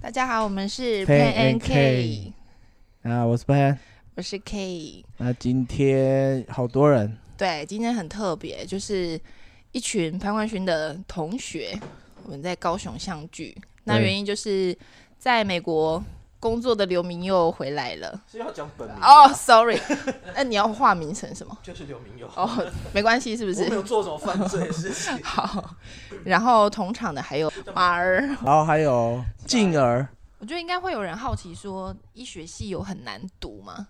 大家好，我们是 Pan Pan and and K， K 啊，我是潘。我是 K。那今天好多人，对，今天很特别，就是一群潘冠勋的同学，我们在高雄相聚。那对原因就是在美国工作的刘明佑回来了。是要讲本名哦、s o r r y 那你要化名成什么？就是刘明友。哦、没关系，是不我没是？，有做什么犯罪的事情好。然后同场的还有马儿。然后还有静儿，我觉得应该会有人好奇说，医学系有很难读吗？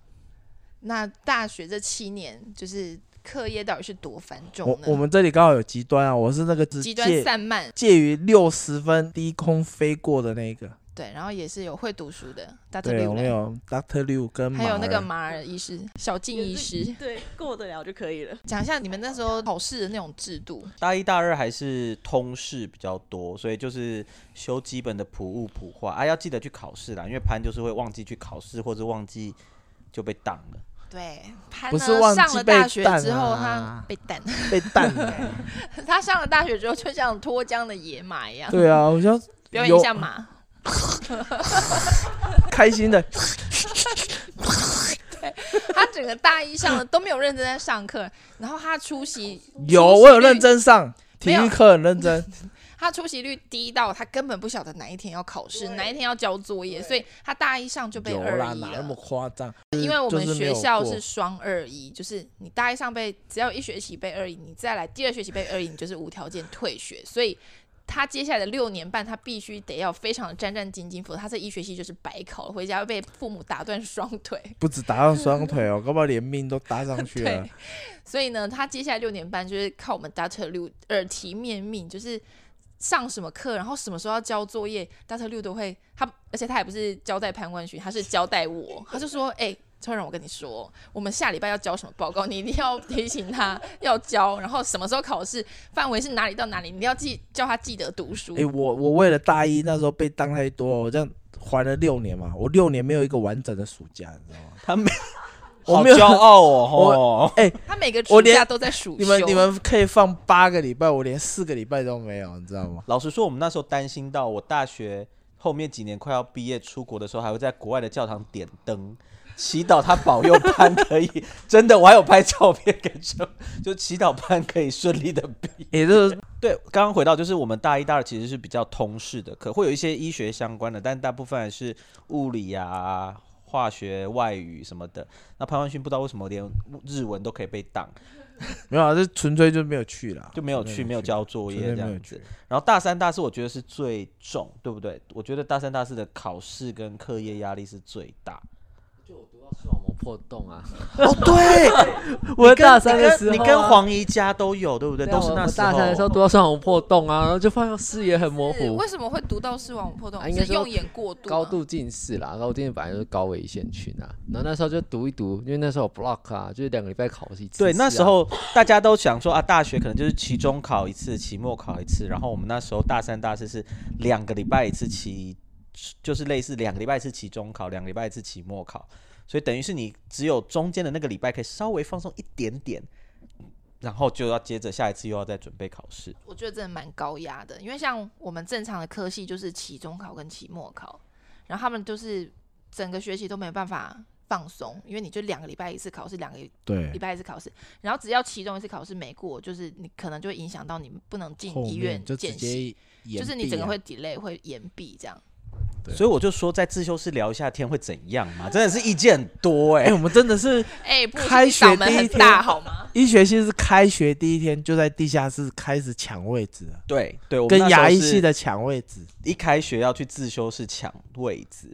那大学这七年，就是课业到底是多繁重我呢？我们这里刚好有极端啊，我是那个只极端介散漫，介于六十分低空飞过的那个，对，然后也是有会读书的，大特对，六我们人，有 Doctor Liu 跟还有那个马马尔医师、小静医师，对，过得了就可以了。讲一下你们那时候考试的那种制度。 大一大二还是通识比较多，所以就是修基本的普物普化啊，要记得去考试啦，因为潘就是会忘记去考试，或者忘记就被挡了。对，潘不呢是忘记上了大被学淡之后，他啊被淡，尔被淡了， 他上了大学之后就像脱缰的野马一样，对啊，我就表演一有下马。开心 的，他整个大一上了都没有认真在上课，然后他出席有出席我有率认真上体没有育课，很认真，他出席率低到他根本不晓得哪一天要考试，哪一天要交作业，所以他大一上就 被有二啦，一哪那么了。夸张？因为我们就是学没有校过是双二一，就是你大一上被只要一学期被二一，你再来第二学期被二一，你就是无条件退学。所以他接下来的六年半，他必须得要非常的战战兢兢，否则他这一学期就是白考了，回家会被父母打断双腿。不止搭上双腿哦，搞不好连命都搭上去了 对。，所以呢，他接下来六年半就是靠我们 Data 六耳提面命，就是上什么课，然后什么时候要交作业，Data 六都会他，而且他也不是交代潘冠勋，他是交代我，他就说，哎、超人，我跟你说，我们下礼拜要交什么报告，你一定要提醒他要交，然后什么时候考试，范围是哪里到哪里，你一定要记叫他记得读书。哎、我我为了大一那时候被当太多，我这样还了六年嘛，我六年没有一个完整的暑假，你知道吗？他 没，我好没有骄傲哦！吼他每个暑我连假都在暑修，你们你们可以放八个礼拜，我连四个礼拜都没有，你知道 吗？老实说，我们那时候担心到我大学后面几年快要毕业出国的时候，还会在国外的教堂点灯，祈祷他保佑潘可以 真的，我还有拍照片给就就祈祷潘可以顺利的毕业。也就是对，刚刚回到就是我们大一、大二其实是比较通识的课，会有一些医学相关的，但大部分还是物理啊、化学、外语什么的。那潘万勋不知道为什么连日文都可以被挡， 没有啊，这纯粹就没有去了，就没有去，没有交作纯业粹这没有样子去。。然后大三、大四我觉得是最重，对不对？我觉得大三、大四的考试跟课业压力是最 大。视网膜破洞啊！哦，对， 我大三的时候啊你跟黄怡佳都有，对不对？对啊都是我那我时大三的时候读到视网膜破洞啊，然后就发现视野很模是糊 为，什么啊会读到视网膜破洞？啊应该是说用眼过度吗，高度近视啦，高度近视本来就是高危险群啊。然后那时候就读一读，因为那时候有 block 啊，就是两个礼拜考一次、对，啊那时。候大家都想说啊，大学可能就是期中考一次，期末考一次。然后我们那时候大三、大四是两个礼拜一次期，就是类似两个礼拜一次期中考，两个礼拜一次期末考。所以等于是你只有中间的那个礼拜可以稍微放松一点点，然后就要接着下一次又要再准备考试。我觉得真的蛮高压的，因为像我们正常的科系就是期中考跟期末考，然后他们就是整个学期都没有办法放松，因为你就两个礼拜一次考试，两个礼对，拜一次考试，然后只要其中一次考试没过，就是你可能就会影响到你不能进后医面院就直见习，接延就是你毕整个啊会 delay 会延毕这样。对所以我就说，在自修室聊一下天会怎样嘛？真的是意见很 多哎、哎、我们真的是哎、不，开学嗓门第一很天大好吗？医学系是开学第一天就在地下室开始抢位置了， 对对，我们跟那时候牙医是系的抢位置。一开学要去自修室抢位子，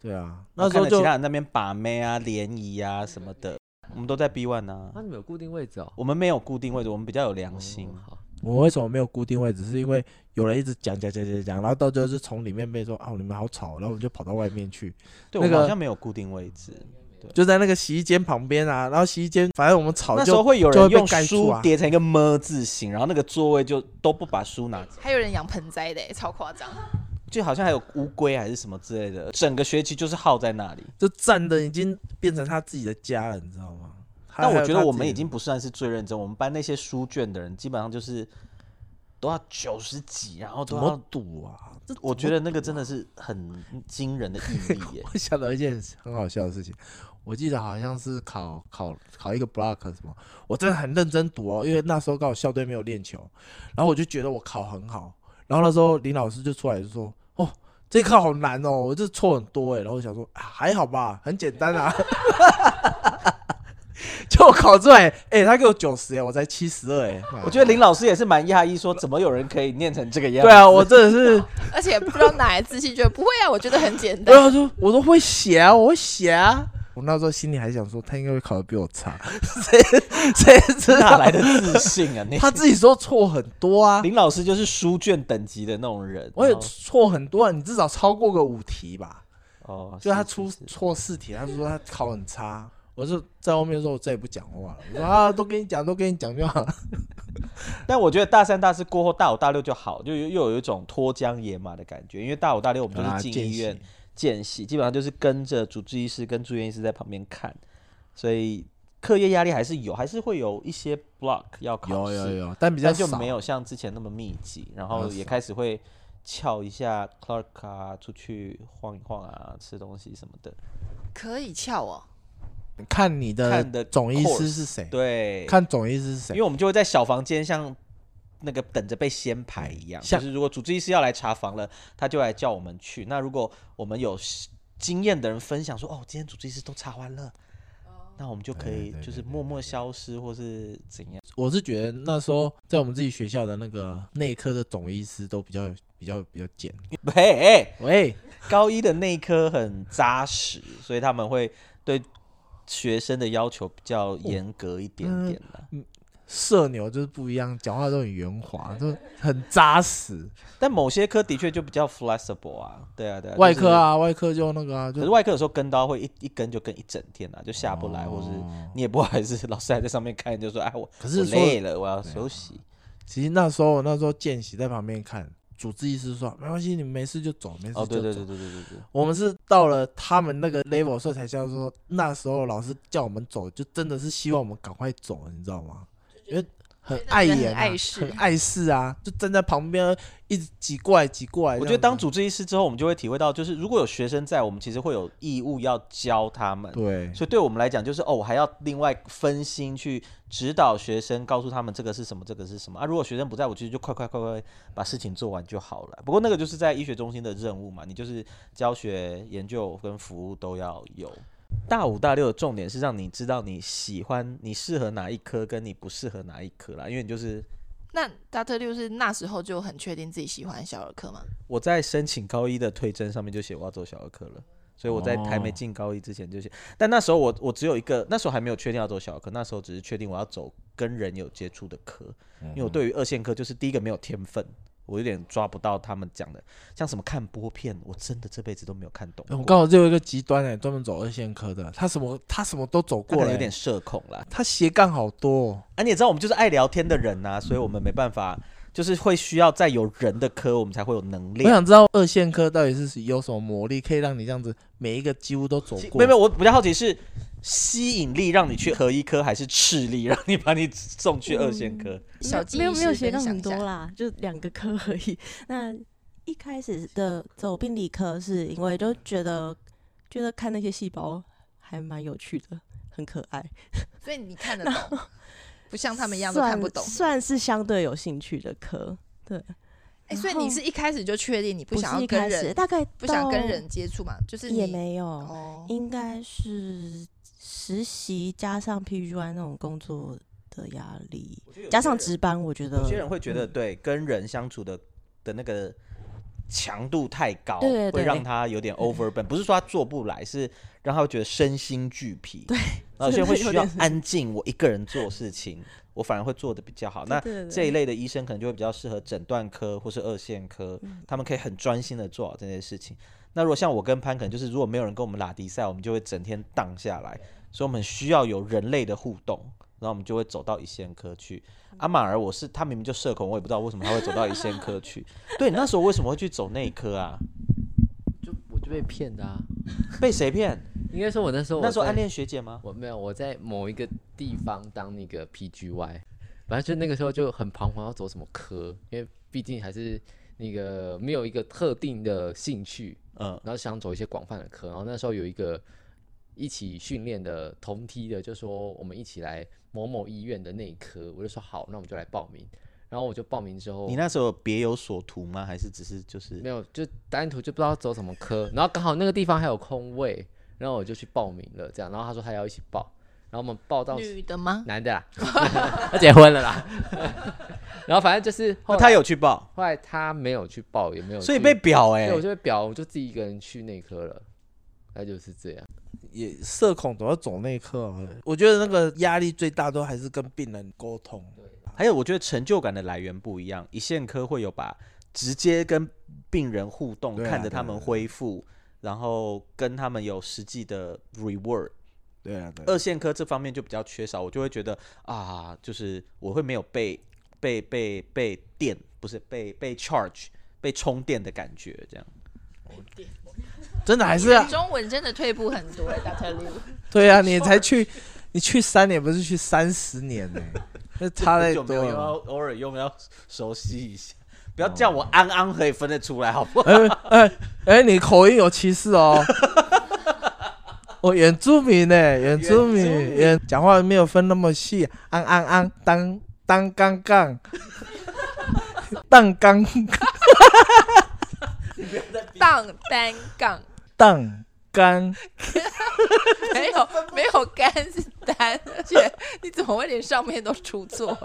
对啊，那那时时候候就其他人那边把妹啊、联谊啊什么的，我们都在 B one 呢、啊，啊。你们有固定位置哦？我们没有固定位置，我们比较有良心哦。好，我们为什么没有固定位置？是因为有人一直讲讲讲讲讲，然后到最后是从里面被说哦你们好吵，然后我们就跑到外面去，那对，我们个好像没有固定位置。就在那个洗衣间旁边啊。然后洗衣间反正我们吵那时候哦就会有就人会被用盖住书啊叠成一个么字形，然后那个座位就都不把书拿， 还有人养盆栽的、超夸张。就好像还有乌龟还是什么之类的，整个学期就是耗在那里。就站的已经变成他自己的家了，你知道吗？他但还我有觉他得我自们己已经不算是最认真，我们班那些书卷的人基本上就是都要九十几，然后怎都么要，赌啊？这我怎觉么。得那个真的是很惊人的毅力耶我想到一件很好笑的事情，我记得好像是考考考一个 block 什么，我真的很认真读哦，因为那时候刚好校队没有练球，然后我就觉得我考很好，然后那时候林老师就出来就说，哦。这一课好难哦，我这错很多哎，然后我想说、啊还好吧，很简单啊， 就我考出来，哎、他给我九十哎，我才七十二哎，我觉得林老师也是蛮讶异，说怎么有人可以念成这个样子？对啊，我真的是而且不知道哪来自信，觉得不会啊，我觉得很简然单。后说，我说会写啊，我会写啊。我那时候心里还想说，他应该会考的比我 差，谁谁知哪道来的自信啊？你他自己说错很多啊，林老师就是书卷等级的那种人。我也然后错很多啊，你至少超过个五题吧。哦，就是他是出是错四题，他说他考很差。我就在后面说，我再也不讲话了。我说啊，都跟你讲，都跟你讲就 好了。但我觉得大三、大四过后，大五、大六就好，就又又有一种脱缰野马的感觉。因为大五、大六我们啊都是进见医院习见习，基本上就是跟着主治医师跟住院医师在旁边看，所以课业压力还是有，还是会有一些 block 要考有试，有有，但比较但就少嗯没有像之前那么密集。然比后较也少开始会翘一下 clerk 啊，出去晃一晃啊，吃东西什么的。可以翘哦，看你的看的总医 course 师是谁，对，看总医师是因谁为。我们就会在小房间像那个等着被掀牌一样，嗯就像是如果主治医师要来查房了，他就来叫我们去。那如果我们有经验的人分享说，哦，今天主治医师都查完了。那我们就可对以对就对是默默消失，或是怎样？ 我是觉得那时候在我们自己学校的那个内科的总医师都比较比较比较简。嘿，哎喂，高一的那一科很扎实，所以他们会对学生的要求比较严格一点点啦。嗯社牛就是不一样，讲话都很圆滑，都很扎实。但某些科的确就比较 flexible 啊，对啊，对啊，外就是科啊，外科就那个啊，可是就外科有时候跟刀会一一跟就跟一整天啊，就下不来，或是你也不好意思，老师还在上面看，就说哎我哦可是我说啊累了，我要休息。其实那时候那时候见习在旁边看，主治医师说没关系，你没事就走，没事就走。哦，对对对对对对对，我们是到了他们那个 level 的时候才知道说，那时候老师叫我们走，就真的是希望我们赶快走，你知道吗？因为很碍眼、觉得啊，很碍事很碍事啊，就站在旁边一直挤过来挤过来。我觉得当主主治医师之后，我们就会体会到，就是如果有学生在，我们其实会有义务要教他们。对所以对我们来讲，就是哦，我还要另外分心去指导学生，告诉他们这个是什么，这个是什么啊。如果学生不在，我其实就快快快快把事情做完就好了。不过那个就是在医学中心的任务嘛，你就是教学、研究跟服务都要有。大五、大六的重点是让你知道你喜欢、你适合哪一科，跟你不适合哪一科啦。因为你就是那大特六是那时候就很确定自己喜欢小儿科吗？我在申请高一的推甄上面就写我要走小儿科了，所以我在哦还没进高一之前就写。但那时候我我只有一个，那时候还没有确定要走小儿科，那时候只是确定我要走跟人有接触的科，因为我对于二线科就是第一个没有天分。我有点抓不到他们讲的，像什么看波片，我真的这辈子都没有看懂欸我过。刚好就有一个极端哎、专门走二线科的，他什么他什么都走他过可来、能有点社恐啦，他斜杠好多、哦，啊，你也知道我们就是爱聊天的人呐、所以我们没办法，就是会需要在有人的科，我们才会有能我量。想知道二线科到底是有什么魔力，可以让你这样子每一个几乎都走其过。没有没有，我比较好奇是吸引力让你去合一科，还是斥力让你把你送去二线科？小没有没有学到到很多啦，就两个科而已。那一开始的走病理科是因为就觉得觉得看那些细胞还蛮有趣的，很可爱，所以你看得 懂，不像他们一样都算看不懂。算是相对有兴趣的科。哎、所以你是一开始就确定你不不想是要一跟开始，人，大概不想跟到人接触嘛？就是也你没有，哦，应该是实习加上 PGY 那种工作的压力，加上值班，我觉得有些人会觉得，对，跟人相处的的那个强度太高，对对对会让他有点 overburn。不是说他做不来，是让他会觉得身心俱疲。对，然后有些人会需要安静，我一个人做事情，我反而会做的比较好。那对对这一类的医生可能就会比较适合诊断科或是二线科，他们可以很专心的做好这件事情。那如果像我跟潘，可能就是如果没有人跟我们拉迪赛，我们就会整天荡下来，所以我们需要有人类的互动，然后我们就会走到一线科去。阿、马尔，我是他明明就社恐，我也不知道为什么他会走到一线科去。对，你那时候为什么会去走内科啊？就我就被骗的啊。被谁骗？应该说，我那时候我那时候在暗恋学姐吗？我没有，我在某一个地方当那个 PGY，反正就那个时候就很彷徨，要走什么科，因为毕竟还是那个没有一个特定的兴趣，嗯，然后想走一些广泛的科。然后那时候有一个一起训练的同梯的，就说我们一起来某某医院的内科，我就说好，那我们就来报名。然后我就报名之后，你那时候有别有所图吗？还是只是就是没有，就单图就不知道走什么科，然后刚好那个地方还有空位，然后我就去报名了，这样，然后他说他要一起报，然后我们报到女的吗？男的啦，他结婚了啦， 然后反正就是后那来他有去报，后来他没有去报，也没有去，所以被表哎、对我就被表，我就自己一个人去内科了，那就是这样，也社恐都要走那一刻哦。我觉得那个压力最大都还是跟病人沟通。还有，我觉得成就感的来源不一样，一线科会有把直接跟病人互动，对啊看着他对啊们对啊恢复，然后跟他们有实际的 reward。对啊，对啊二线科这方面就比较缺少，我就会觉得啊，就是我会没有被被被被电，不是被被 charge 被充电的感觉，这样。真的还是啊，中文真的退步很多哎、大特六。对啊，你才去，你去三年不是去三十年 呢、那差太久没多有啊用了。偶尔用要熟悉 一下，不要叫我安安可以分得出来，好 不好？哎哎哎，你口音有歧视 哦。哦，原住民呢、原住民，原住民原讲话没有分那么细，昂昂昂，当当杠杠， 当杠荡单 杠，当杠，没有没有干是单，而且你怎么会连上面都出错、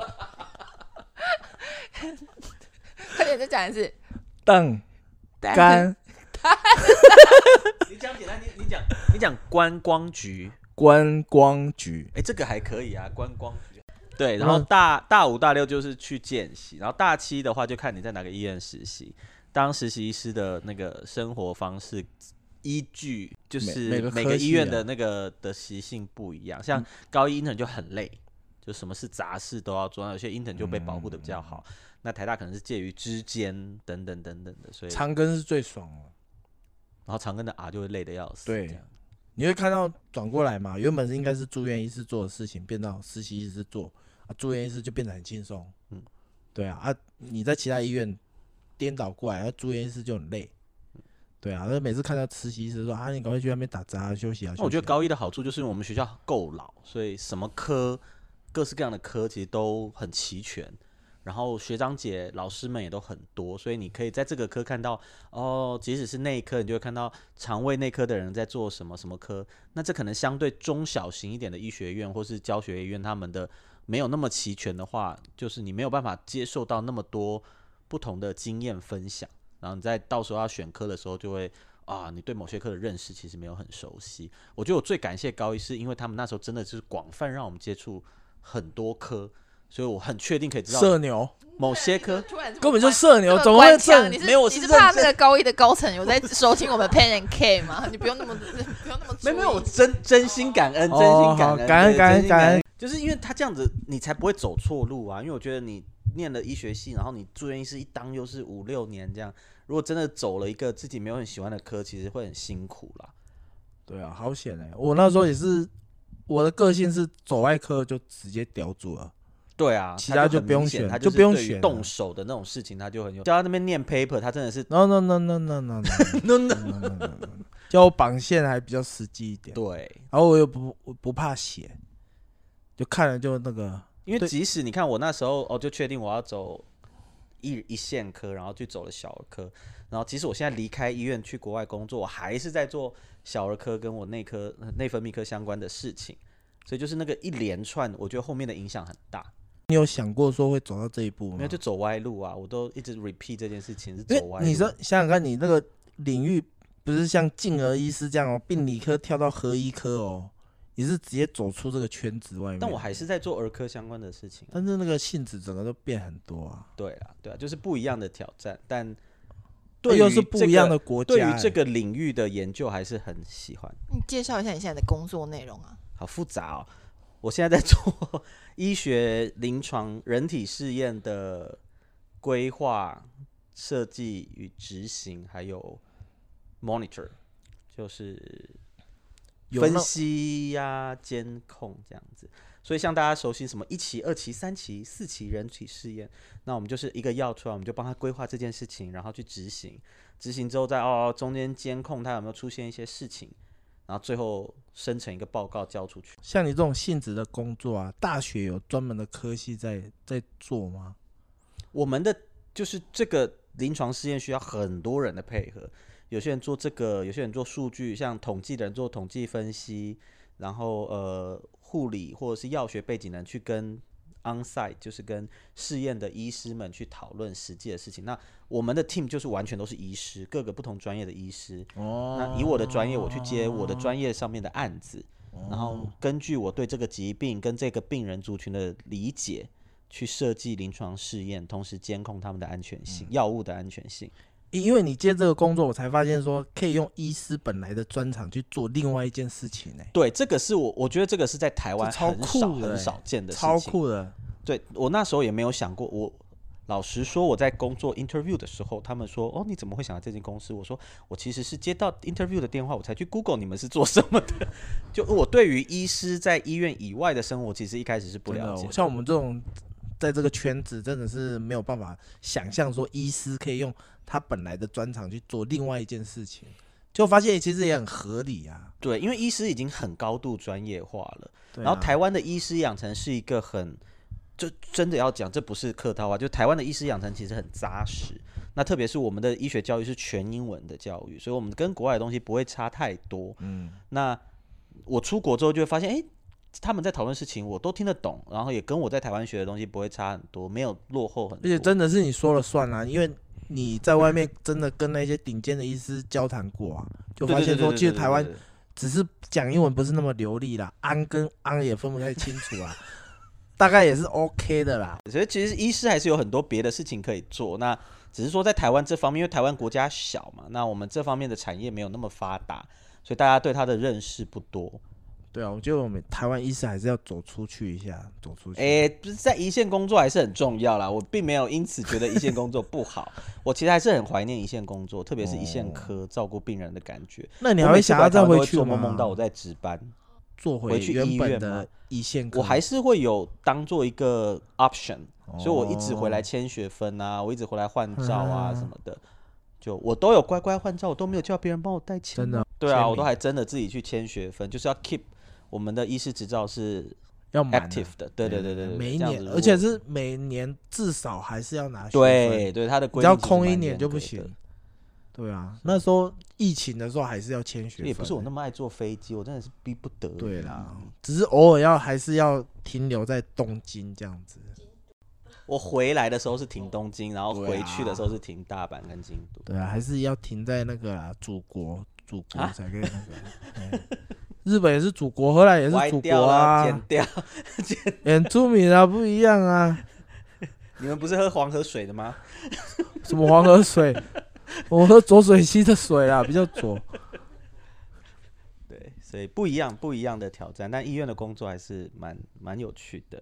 快点再讲一次，当单 干 你讲简单，你你讲你讲观光局，观光局。哎、这个还可以啊，观光局。对，然然后后大大五大六就是去见习，然后大七的话就看你在哪个医院实习。当实习医师的那个生活方式，依据就每是每个科每个医院系啊嗯的那个的习性不一样，像高一 intern 就很累，就什么事杂事都要做，那有些 intern 就被保护的比较好。嗯那台大可能是介于之间等等等等的，所以然长庚是最爽哦，后长庚的 R 就会累的要死。对这样你会看到转过来嘛，原本是应该是住院医师做的事情，变到实习医师做，啊，住院医师就变得很轻松，嗯嗯，对啊，啊，你在其他医院颠倒过来，然后住院医师就很累，对啊，那每次看到实习医师说啊，你赶快去那边打杂休息啊，那我觉得高高一的好处就是我们学校够老，所以什么科，各式各样的科其实都很齐全。然后学长姐、老师们也都很多，所以你可以在这个科看到哦，即使是内科，你就会看到肠胃内科的人在做什么什么科。那这可能相对中小型一点的医学院或是教学院，他们的没有那么齐全的话，就是你没有办法接受到那么多不同的经验分享。然后你在到时候要选科的时候，就会啊，你对某些科的认识其实没有很熟悉。我觉得我最感谢高一，是因为他们那时候真的就是广泛让我们接触很多科，所以我很确定可以知道社牛，某些科。突然这么根本就关社牛，这怎么么会官社腔？你？是没有，我你是是认怕那真。个高一的高层有在收听我们 Pen and K 吗？ 你不用那么不用那么没有没有，注我意真真心感恩，哦真心感好恩，感恩对感恩真心感恩，就是因为他这样子，你才不会走错路啊。因为我觉得你念了医学系，然后你住院医师一当又是五六年这样，如果真的走了一个自己没有很喜欢的科，其实会很辛苦啦。对啊，好险哎、我那时候也是，我的个性是走外科就直接叼住了，对啊，其他就就很不用明显选他就是不用对于选了啊动手的那种事情，他就很有。叫他那边念 paper，他真的是 no no no no no no no， no no, no，no, no, no. 叫我绑线还比较实际一点。对，然后我又不我不怕血，就看了就那个因为对即使你看我那时候哦，就确定我要走一一线科，然后去走了小儿科，然后即使我现在离开医院去国外工作，我还是在做小儿科跟我内科呃内分泌科相关的事情，所以就是那个一连串，我觉得后面的影响很大，你有想过说会走到这一步吗？没有就走歪路啊，我都一直 repeat 这件事情是因走歪为路。你说想想看，你那个领域不是像静儿医师这样哦，病理科跳到核医科哦，你是直接走出这个圈子外面。但我还是在做儿科相关的事情啊、但是那个性质整个都变很多啊，对啦，对啊，就是不一样的挑战，但这对又于是不这一样个的国家、对于这哎个领域的研究还是很喜欢。你介绍一下你现在的工作内容啊？好复杂哦！我现在在做 医学临床人体试验的规划、设计与执行，还有 monitor，就是有分那析呀、监控这样子。所以像大家熟悉什么一期、二期、三期、四期人体试验，那我们就是一个药出来，我们就帮他规划这件事情，然后去执行，执行之后再哦中间监控他有没有出现一些事情，然后最后生成一个报告交出去。像你这种性质的工作啊，大学有专门的科系在在做吗？我们的就是这个临床试验需要很多人的配合，有些人做这个，有些人做数据，像统计的人做统计分析，然后呃护理或者是药学背景的人去跟 onsite 就是跟试验的医师们去讨论实际的事情。那我们的 team 就是完全都是医师，各个不同专业的医师。哦那以我的专业，我去接我的专业上面的案子，哦然后根据我对这个疾病跟这个病人族群的理解，去设计临床试验，同时监控他们的安全性、嗯药物的安全性。因因为你接这个工作，我才发现说可以用医师本来的专长去做另外一件事情呢、对，这个是我我觉得这个是在台湾这超很少酷的很欸少见的事情，超酷的。对我那时候也没有想过，我老实说，我在工作 interview 的时候，他们说：“哦，你怎么会想到这间公司？”我说：“我其实是接到 interview 的电话，我才去 Google 你们是做什么的。” 就我对于医师在医院以外的生活，其实一开始是不真的了哦解的。像我们这种在这个圈子，真的是没有办法想象说医师可以用他本来的专长去做另外一件事情，就发现其实也很合理啊。对，因为医师已经很高度专业化了。对啊然后台湾的医师养成是一个很，就真的要讲，这不是客套话，就台湾的医师养成其实很扎实。那特别是我们的医学教育是全英文的教育，所以我们跟国外的东西不会差太多。嗯，那我出国之后就会发现，哎、他们在讨论事情我都听得懂，然后也跟我在台湾学的东西不会差很多，没有落后很而多。且真的是你说了算啊，因为你在外面真的跟那些顶尖的医师交谈过啊，就对发对现对对说，对其实对台湾对对只是讲英文不是那么流利啦，安跟安也分不太清楚啊， 大概也是 OK 的啦。所以其实医师还是有很多别的事情可以做。那只是说在台湾这方面，因为台湾国家小嘛，那我们这方面的产业没有那么发达，所以大家对它的认识不多。对啊，我觉得我们台湾医师还是要走出去一下，走出去。诶，就是在一线工作还是很重要啦。我并没有因此觉得一线工作不好，我其实还是很怀念一线工作，特别是一线科照顾病人的感觉。哦那你我还每会次想回要台再湾都回会去做吗？梦梦到我在值班，做回回去原医院本吗的一线科，我还是会有当做一个 option，、所以我一直回来哦签学分啊，我一直回来换照啊嗯什么的，就我都有乖乖换照，我都没有叫别人帮我代签。真的对啊，签我都名还真的自己去签学分，就是要 keep 我们的医师执照是要满啊 active 的。对对对对对，每一这样年子，如而且果是每年至少还是要拿学分，对对它的只规定要其实空蛮一年严就不格的行。。对啊，那时候疫情的时候还是要签学分，也不是我那么爱坐飞机，我真的是逼不得。对啦，只是偶尔要还是要停留在东京这样子。我回来的时候是停东京，然后对回去的啊时候是停大阪跟京都。对啊，还是要停在那个啦，祖国，祖啊国才可以那个。 哎日本也是祖国，荷兰也歪是祖国掉了，剪啊，掉。 原住民啊不一样啊，你们不是喝黄河水的吗？什么黄河水， 我喝浊水溪的水啊啦，比较浊。对，所以不一样不一样的挑战，但医院的工作还是蛮蛮有趣的。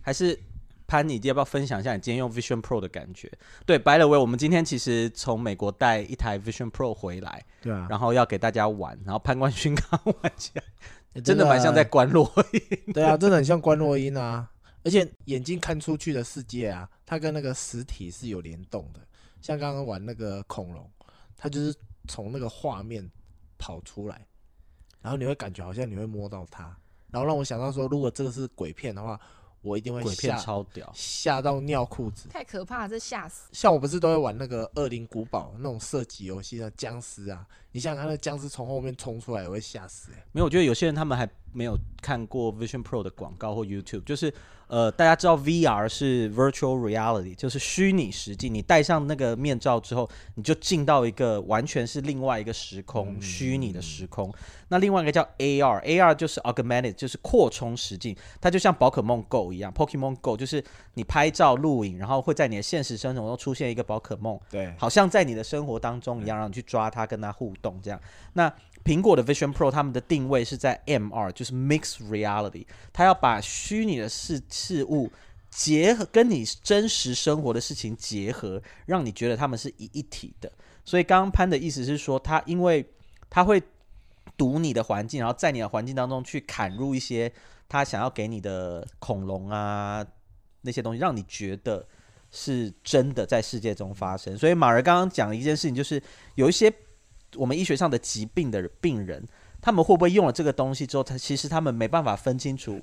还是潘，你要不要分享一下你今天用 Vision Pro 的感觉？对，By the way，我们今天其实从美国带一台 Vision Pro 回来，对啊，然后要给大家玩，然后潘冠勋刚玩起来，欸真的蛮像在关落音。 对啊，真的很像关洛音啊，而且眼睛看出去的世界啊，它跟那个实体是有联动的。像刚刚玩那个恐龙，它就是从那个画面跑出来，然后你会感觉好像你会摸到它，然后让我想到说，如果这个是鬼片的话，我一定会鬼片吓超屌，吓到尿裤子。太可怕了，这吓死！像我不是都会玩那个《恶灵古堡》那种射击游戏的僵尸啊，你想想看，那僵尸从后面冲出来，我会吓死、欸。没有，我觉得有些人他们还没有看过 Vision Pro 的广告或 YouTube，就是呃，大家知道 VR 是 Virtual Reality，就是虚拟实境。你戴上那个面罩之后，你就进到一个完全是另外一个时空，虚拟的时空。那另外一个叫 AR，AR 就是 Augmented，就是扩充实境。它就像宝可梦 Go 一样，Pokemon Go 就是你拍照录影，然后会在你的现实生活中出现一个宝可梦，对，好像在你的生活当中一样，让你去抓它，跟它互动这样。那苹果的 Vision Pro 他们的定位是在 MR，就是 Mixed Reality，它要把虚拟的事事物结合跟你真实生活的事情结合，让你觉得它们是一一体的。所以刚刚潘的意思是说，他因为他会读你的环境，然后在你的环境当中去砍入一些他想要给你的恐龙啊那些东西，让你觉得是真的在世界中发生。所以马儿刚刚讲的一件事情，就是有一些我们医学上的疾病的病人，他们会不会用了这个东西之后，他其实他们没办法分清楚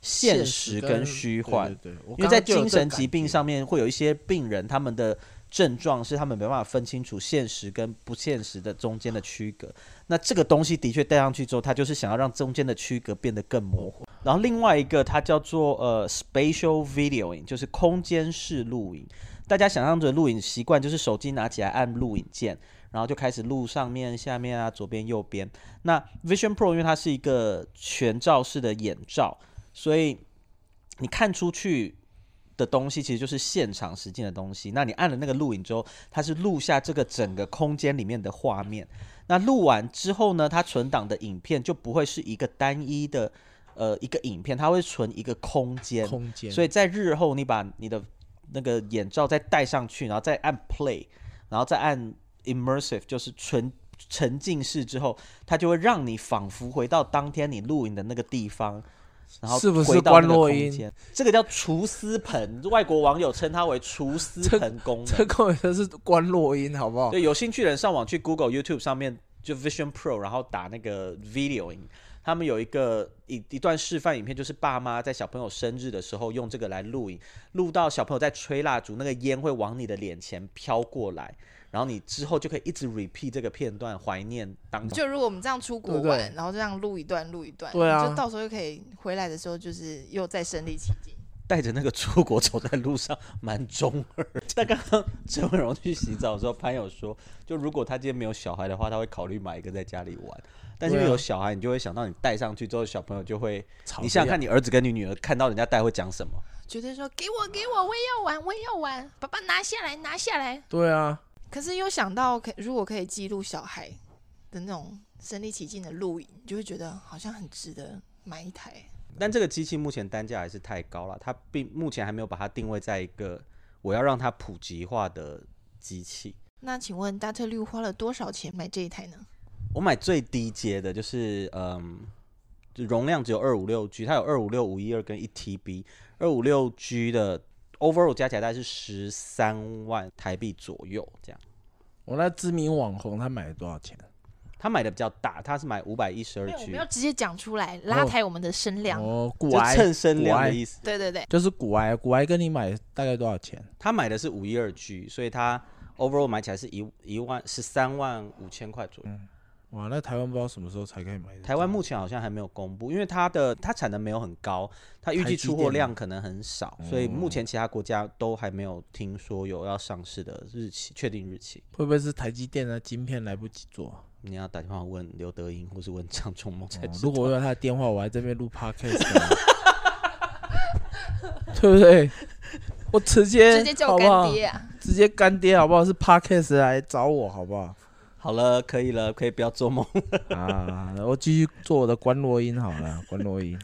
现实跟虚幻。对对对，我因刚为在刚就有精这神感疾病觉上面会有一些病人，他们的症状是他们没办法分清楚现实跟不现实的中间的区隔。那这个东西的确戴上去之后，它就是想要让中间的区隔变得更模糊。然后另外一个，它叫做呃 spatial videoing，就是空间式录影。大家想象着录影习惯就是手机拿起来按录影键，然后就开始录上面、下面啊、左边、右边。那 Vision Pro 因为它是一个全罩式的眼罩，所以你看出去的东西其实就是现场实境的东西。那你按了那个录影之后，它是录下这个整个空间里面的画面。那录完之后呢，它存档的影片就不会是一个单一的呃一个影片，它会存一个空间。空间，以所以在日后你把你的那个眼罩再戴上去，然后再按 play，然后再按 immersive，就是纯沉浸式之后，它就会让你仿佛回到当天你录影的那个地方。然后是不是回到那关个洛空音间？这个叫厨师盆，外国网友称它为厨师这盆功能。这根本就是关落音，好不好？对，有兴趣的人上网去 Google、YouTube 上面就 Vision Pro，然后打那个 video 影，他们有一个一一段示范影片，就是爸妈在小朋友生日的时候用这个来录影，录到小朋友在吹蜡烛，那个烟会往你的脸前飘过来，然后你之后就可以一直 repeat 这个片段，怀念当就如果我们这样出国对不对玩，然后这样录一段录一段，对啊就到时候就可以回来的时候，就是又再身临其境。带着那个出国走在路上，蛮中二。 但刚刚陈文荣去洗澡的时候，潘友说，就如果他今天没有小孩的话，他会考虑买一个在家里玩。但是因为对啊啊有小孩，你就会想到你带上去之后，小朋友就会，吵你想想架看，你儿子跟你女儿看到人家带会讲什么？绝对说给我给我，我也要玩，我也要玩，爸爸拿下来拿下来。对啊，可是又想到可如果可以记录小孩的那种身临其境的录影，你就会觉得好像很值得买一台。但这个机器目前单价还是太高了，它并目前还没有把它定位在一个我要让它普及化的机器。那请问大特绿花了多少钱买这一台呢？我买最低阶的，就是嗯，就容量只有二五六 G，它有二五六、五一二跟一 TB，二五六 G 的 overall 加起来大概是十三万台币左右这样。我那知名网红他买了多少钱？他买的比较大，他是买五百一十二对，我 G，们要直接讲出来，拉抬我们的声量。哦，古就癌蹭身量的意思。对对对，就是古癌，古癌跟你买大概多少钱？他买的是五一二 G，所以他 overall 买起来是一一万十三万五千块左右。哇，那台湾不知道什么时候才可以买得到。台湾目前好像还没有公布，因为它的它产能没有很高，它预计出货量可能很少，所以哦目前其他国家都还没有听说有要上市的日期，确定日期。会不会是台积电的晶片来不及做？你要打电话问刘德英或是问张忠谋 才哦知如道。果我有他的电话，我还这边录 podcast，呢对不对？我直接直接叫好我不哎好干爹啊！直接干爹好不好？是 podcast 来找我好不好？好了，可以了，可以不要 做梦。啊，我继续做我的关洛音好了， 关洛音。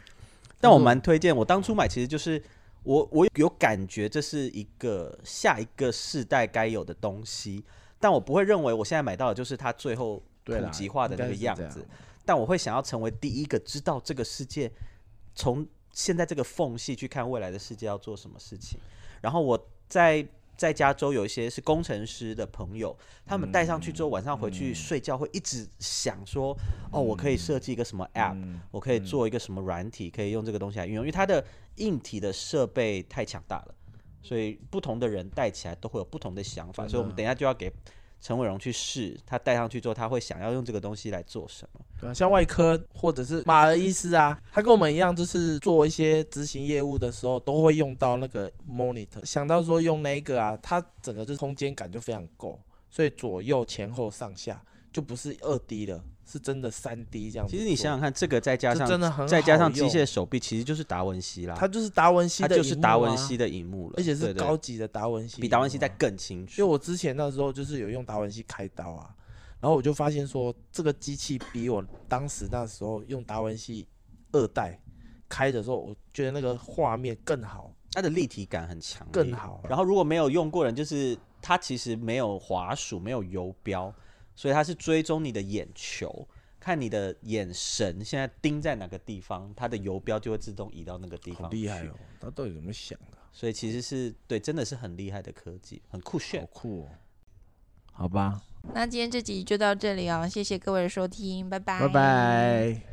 但我蛮推荐，我当初买其实就是我我有感觉这是一个下一个世代该有的东西，但我不会认为我现在买到的就是它最后对普啦及化的那个应该是样这样子，但我会想要成为第一个知道这个世界从现在这个缝隙去看未来的世界要做什么事情。然后我在在加州有一些是工程师的朋友，他们戴上去之后晚上回去睡觉会一直想说，哦，我可以设计一个什么 app，、我可以做一个什么软体，可以用这个东西来运用，因为它的硬体的设备太强大了。所以不同的人戴起来都会有不同的想法，所以我们等一下就要给陈伟荣去试，他戴上去之后，他会想要用这个东西来做什么？对啊，像外科或者是马尔医师啊，他跟我们一样，就是做一些执行业务的时候都会用到那个 monitor。想到说用那个啊，它整个就是空间感就非常够，所以左右前后上下就不是二 D 了，是真的三 D 这样子其做。实你想想看，这个再加这真上的很再加上好机用啊械，手臂，其实就是达文西啦，它就是达文西它的、啊就是达文西，的荧幕了，而且是对对高级的达文西，啊比达文西再。更清因为楚。我之前那时候就是有用达文西开刀啊，然后我就发现说这个机器比我当时那时候用达文西二代开的时候，我觉得那个画面更好，它的立体感很强，更。好。然后如果没有用过人，就是它其实没有滑鼠，没有游标，所以它是追踪你的眼球。看你的眼神现在盯在哪个地方，它的游标就会自动移到那个地好方去。厉害哦！他到底怎么想的？所以其实是对，真的是很厉害的科技，很酷好炫。酷哦！好吧，那今天这集就到这里哦，谢谢各位的收听，拜拜，拜。拜。